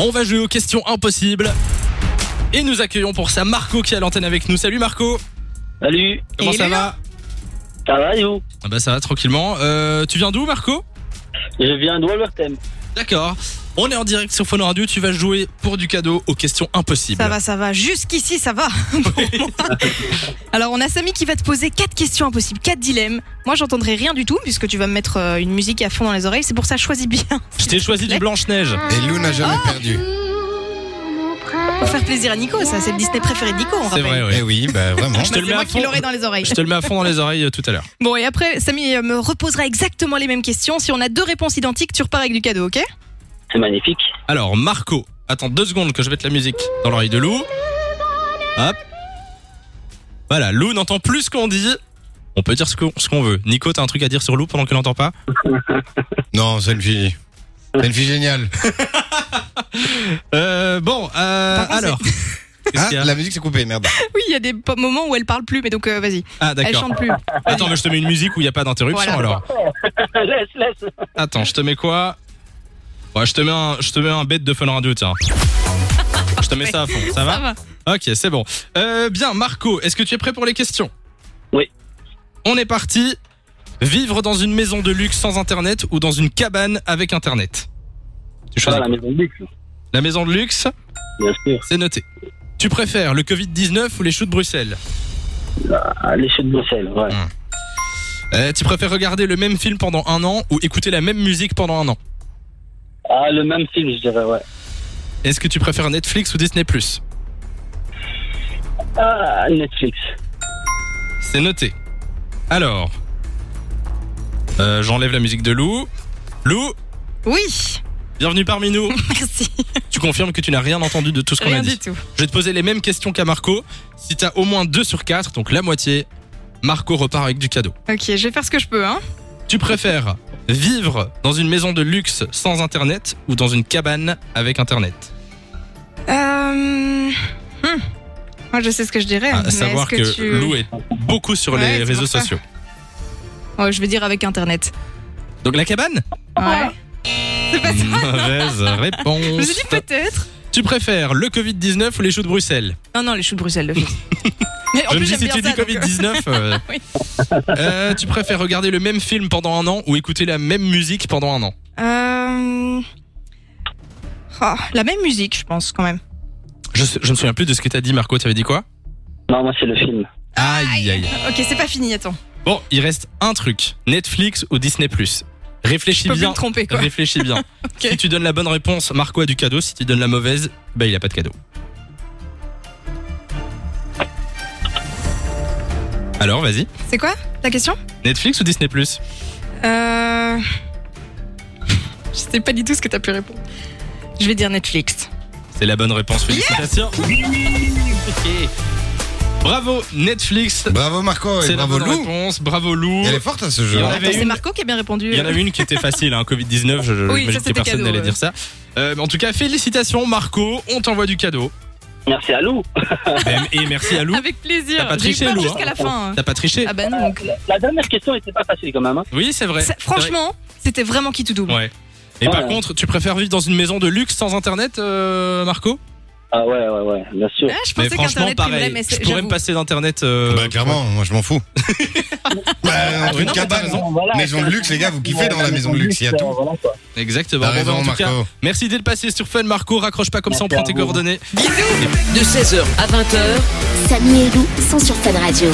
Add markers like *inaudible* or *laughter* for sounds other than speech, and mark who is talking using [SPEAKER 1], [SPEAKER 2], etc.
[SPEAKER 1] On va jouer aux questions impossibles. Et nous accueillons pour ça Marco qui est à l'antenne avec nous. Salut Marco
[SPEAKER 2] Salut,
[SPEAKER 1] Comment
[SPEAKER 3] il
[SPEAKER 1] ça
[SPEAKER 3] est
[SPEAKER 1] va
[SPEAKER 2] ça va et vous
[SPEAKER 1] Ah Bah ça va tranquillement. Euh, tu viens d'où Marco
[SPEAKER 2] Je viens de Wolverhampton.
[SPEAKER 1] D'accord. On est en direct sur Phone Radio, tu vas jouer pour du cadeau aux questions impossibles.
[SPEAKER 3] Ça va, ça va. Jusqu'ici, ça va. *laughs* pour moi. Alors, on a Samy qui va te poser quatre questions impossibles, quatre dilemmes. Moi, j'entendrai rien du tout puisque tu vas me mettre euh, une musique à fond dans les oreilles. C'est pour ça, choisis bien. *laughs*
[SPEAKER 1] Je t'ai choisi du Blanche-Neige.
[SPEAKER 3] Ah,
[SPEAKER 4] Et Lou n'a jamais
[SPEAKER 1] Ah,
[SPEAKER 4] perdu.
[SPEAKER 3] Pour faire plaisir à Nico, ça, c'est le Disney préféré de Nico, on
[SPEAKER 1] C'est
[SPEAKER 3] rappelle.
[SPEAKER 1] vrai,
[SPEAKER 4] Eh
[SPEAKER 1] oui.
[SPEAKER 4] oui, bah vraiment.
[SPEAKER 1] Je te le
[SPEAKER 3] C'est
[SPEAKER 1] mets à
[SPEAKER 3] moi qui
[SPEAKER 1] fond.
[SPEAKER 3] l'aurai dans les oreilles.
[SPEAKER 1] Je te le mets à fond dans les oreilles euh, tout à l'heure.
[SPEAKER 3] Bon, et après, Samy euh, me reposera exactement les mêmes questions. Si on a deux réponses identiques, tu repars avec du cadeau, ok *laughs*
[SPEAKER 2] C'est magnifique. *laughs*
[SPEAKER 1] Alors Marco, attends deux secondes que je mette la musique dans l'oreille de Lou. Hop. Voilà, Lou n'entend plus ce qu'on dit. On peut dire ce qu'on ce qu'on veut. Nico, t'as un truc à dire sur Lou pendant qu'elle n'entend pas
[SPEAKER 4] Non, c'est une fille. C'est une fille géniale.
[SPEAKER 1] Euh, bon, euh,
[SPEAKER 3] Par contre, c'est- *laughs* Hein,
[SPEAKER 1] alors. Qu'est-ce
[SPEAKER 4] Ah,
[SPEAKER 1] qu'il y a
[SPEAKER 4] la musique s'est
[SPEAKER 1] *laughs*
[SPEAKER 4] coupée, merde.
[SPEAKER 3] Oui, il y a des po- moments où elle parle plus, mais donc euh, vas-y,
[SPEAKER 1] Ah,
[SPEAKER 3] elle
[SPEAKER 1] d'accord.
[SPEAKER 3] chante plus.
[SPEAKER 1] Attends, mais je te mets une musique où il n'y a pas d'interruption
[SPEAKER 3] Voilà.
[SPEAKER 1] alors.
[SPEAKER 2] laisse, laisse.
[SPEAKER 1] Attends, je te mets quoi Ouais, je te mets un, je te mets un bête de Fun Radio, tiens. Je te mets ça à fond, ça va Ok, c'est bon. Euh, bien, Marco, est-ce que tu es prêt pour les questions
[SPEAKER 2] Oui.
[SPEAKER 1] On est parti. Vivre dans une maison de luxe sans internet ou dans une cabane avec internet Tu
[SPEAKER 2] Ah,
[SPEAKER 1] choisis
[SPEAKER 2] la maison de luxe,
[SPEAKER 1] La maison de luxe,
[SPEAKER 2] bien sûr.
[SPEAKER 1] c'est noté. Tu préfères le Covid-19 ou les choux de Bruxelles
[SPEAKER 2] Ah, les chutes de Bruxelles, ouais.
[SPEAKER 1] Euh, Tu préfères regarder le même film pendant un an ou écouter la même musique pendant un an
[SPEAKER 2] Ah, le même film, je dirais, ouais.
[SPEAKER 1] Est-ce que tu préfères Netflix ou Disney
[SPEAKER 2] Ah, Netflix.
[SPEAKER 1] C'est noté. Alors, euh, j'enlève la musique de Lou. Lou,
[SPEAKER 3] Oui, *laughs*
[SPEAKER 1] bienvenue parmi nous.
[SPEAKER 3] merci.
[SPEAKER 1] tu confirmes que tu n'as rien entendu de tout ce qu'on
[SPEAKER 3] Rien
[SPEAKER 1] a
[SPEAKER 3] du
[SPEAKER 1] dit.
[SPEAKER 3] tout.
[SPEAKER 1] Je vais te poser les mêmes questions qu'à Marco. Si t'as au moins 2 sur 4, donc la moitié, Marco repart avec du cadeau.
[SPEAKER 3] Ok, je vais faire ce que je peux, hein.
[SPEAKER 1] Tu préfères vivre dans une maison de luxe sans internet ou dans une cabane avec internet
[SPEAKER 3] Euh... hmm. Moi, je sais ce que je dirais.
[SPEAKER 1] À
[SPEAKER 3] mais
[SPEAKER 1] Ah, savoir
[SPEAKER 3] est-ce
[SPEAKER 1] que,
[SPEAKER 3] tu-
[SPEAKER 1] Lou est beaucoup sur
[SPEAKER 3] Ouais,
[SPEAKER 1] les
[SPEAKER 3] c'est
[SPEAKER 1] réseaux
[SPEAKER 3] pour ça.
[SPEAKER 1] sociaux.
[SPEAKER 3] Oh, je vais dire avec Internet.
[SPEAKER 1] Donc la cabane
[SPEAKER 3] Ouais. *laughs* C'est pas ça.
[SPEAKER 1] Mauvaise
[SPEAKER 3] Je me
[SPEAKER 1] réponse.
[SPEAKER 3] suis dit peut-être.
[SPEAKER 1] Tu préfères le Covid-19 ou les choux de Bruxelles
[SPEAKER 3] Non, non, les choux de Bruxelles,
[SPEAKER 1] *laughs*
[SPEAKER 3] le fils. Mais en
[SPEAKER 1] Je me
[SPEAKER 3] plus,
[SPEAKER 1] dis
[SPEAKER 3] j'aime
[SPEAKER 1] si
[SPEAKER 3] bien
[SPEAKER 1] tu dis
[SPEAKER 3] ça, donc,
[SPEAKER 1] Covid-19, euh,
[SPEAKER 3] euh, *laughs* Oui.
[SPEAKER 1] euh, tu préfères regarder le même film pendant un an ou écouter la même musique pendant un an
[SPEAKER 3] euh, ah, la même musique, je pense, quand même.
[SPEAKER 1] je, sais- je me souviens plus de ce que t'as dit Marco, t'avais dit quoi
[SPEAKER 2] Non, moi, c'est le film.
[SPEAKER 1] Aïe aïe.
[SPEAKER 3] Ok, c'est pas fini, attends.
[SPEAKER 1] Bon, il reste un truc, Netflix ou Disney ⁇
[SPEAKER 3] Je
[SPEAKER 1] Réfléchis
[SPEAKER 3] peux plus
[SPEAKER 1] bien.
[SPEAKER 3] me tromper, quoi.
[SPEAKER 1] Réfléchis bien.
[SPEAKER 3] *laughs* Ok.
[SPEAKER 1] Si tu donnes la bonne réponse, Marco a du cadeau. Si tu donnes la mauvaise, bah il a pas de cadeau. Alors, vas-y.
[SPEAKER 3] C'est quoi la question
[SPEAKER 1] Netflix ou Disney ⁇
[SPEAKER 3] Euh... *laughs* Je sais pas du tout ce que t'as pu répondre. Je vais dire Netflix.
[SPEAKER 1] Ah, C'est la bonne réponse, félicitations. Ok. Bravo Netflix.
[SPEAKER 4] Bravo Marco
[SPEAKER 1] C'est
[SPEAKER 4] et
[SPEAKER 1] la
[SPEAKER 4] bravo
[SPEAKER 1] bonne
[SPEAKER 4] Lou.
[SPEAKER 1] réponse, bravo Lou.
[SPEAKER 4] Elle est forte à ce jeu.
[SPEAKER 1] Il y en a- avait
[SPEAKER 3] Attends, C'est
[SPEAKER 1] une-
[SPEAKER 3] Marco qui a bien répondu.
[SPEAKER 1] Il y en avait une qui était facile, hein, Covid-19, je je-
[SPEAKER 3] Oui,
[SPEAKER 1] j'imagine que
[SPEAKER 3] ça, c'était
[SPEAKER 1] personne
[SPEAKER 3] cadeau,
[SPEAKER 1] n'allait
[SPEAKER 3] ouais.
[SPEAKER 1] dire ça. Euh, mais en tout cas, félicitations Marco, on t'envoie du cadeau. Ben,
[SPEAKER 2] Merci à Lou.
[SPEAKER 1] Et et merci à Lou.
[SPEAKER 3] Avec plaisir.
[SPEAKER 1] T'as pas
[SPEAKER 3] J'ai eu
[SPEAKER 1] triché,
[SPEAKER 3] peur
[SPEAKER 1] Lou, hein.
[SPEAKER 3] jusqu'à la fin. hein.
[SPEAKER 1] T'as pas triché
[SPEAKER 3] Ah bah non, donc.
[SPEAKER 2] La dernière question était pas facile, quand même. Hein.
[SPEAKER 1] Oui, c'est vrai.
[SPEAKER 3] Ça- franchement, c'était vraiment qui tout double.
[SPEAKER 1] Ouais. Et par
[SPEAKER 2] Ouais.
[SPEAKER 1] contre, tu préfères vivre dans une maison de luxe sans internet, euh, Marco
[SPEAKER 2] Ah, ouais, ouais, ouais, bien sûr.
[SPEAKER 3] Ah, je
[SPEAKER 1] Mais
[SPEAKER 3] pensais
[SPEAKER 1] franchement,
[SPEAKER 3] qu'Internet primerait,
[SPEAKER 1] pareil.
[SPEAKER 3] mais
[SPEAKER 1] je
[SPEAKER 3] c'est-
[SPEAKER 1] pourrais me
[SPEAKER 3] j'avoue.
[SPEAKER 1] passer d'internet. euh,
[SPEAKER 4] Bah clairement, moi je
[SPEAKER 1] *laughs*
[SPEAKER 4] m'en fous. bah, entre
[SPEAKER 1] Oui,
[SPEAKER 4] une
[SPEAKER 1] non, mais t'as
[SPEAKER 4] cabane.
[SPEAKER 1] raison.
[SPEAKER 2] Voilà.
[SPEAKER 4] Maison de luxe, les gars, vous kiffez dans la maison de luxe, il y a
[SPEAKER 2] euh,
[SPEAKER 4] tout.
[SPEAKER 2] voilà, quoi.
[SPEAKER 1] Exactement.
[SPEAKER 4] T'as
[SPEAKER 1] Bon, bah,
[SPEAKER 4] raison
[SPEAKER 1] en tout
[SPEAKER 4] Marco.
[SPEAKER 1] cas, merci d'être passé sur Fun Marco. Raccroche pas comme ça, on
[SPEAKER 2] Merci
[SPEAKER 1] prend
[SPEAKER 2] à
[SPEAKER 1] tes
[SPEAKER 2] vous.
[SPEAKER 1] coordonnées.
[SPEAKER 5] de 16h à 20h
[SPEAKER 6] Samy et Lou sont sur Fun Radio.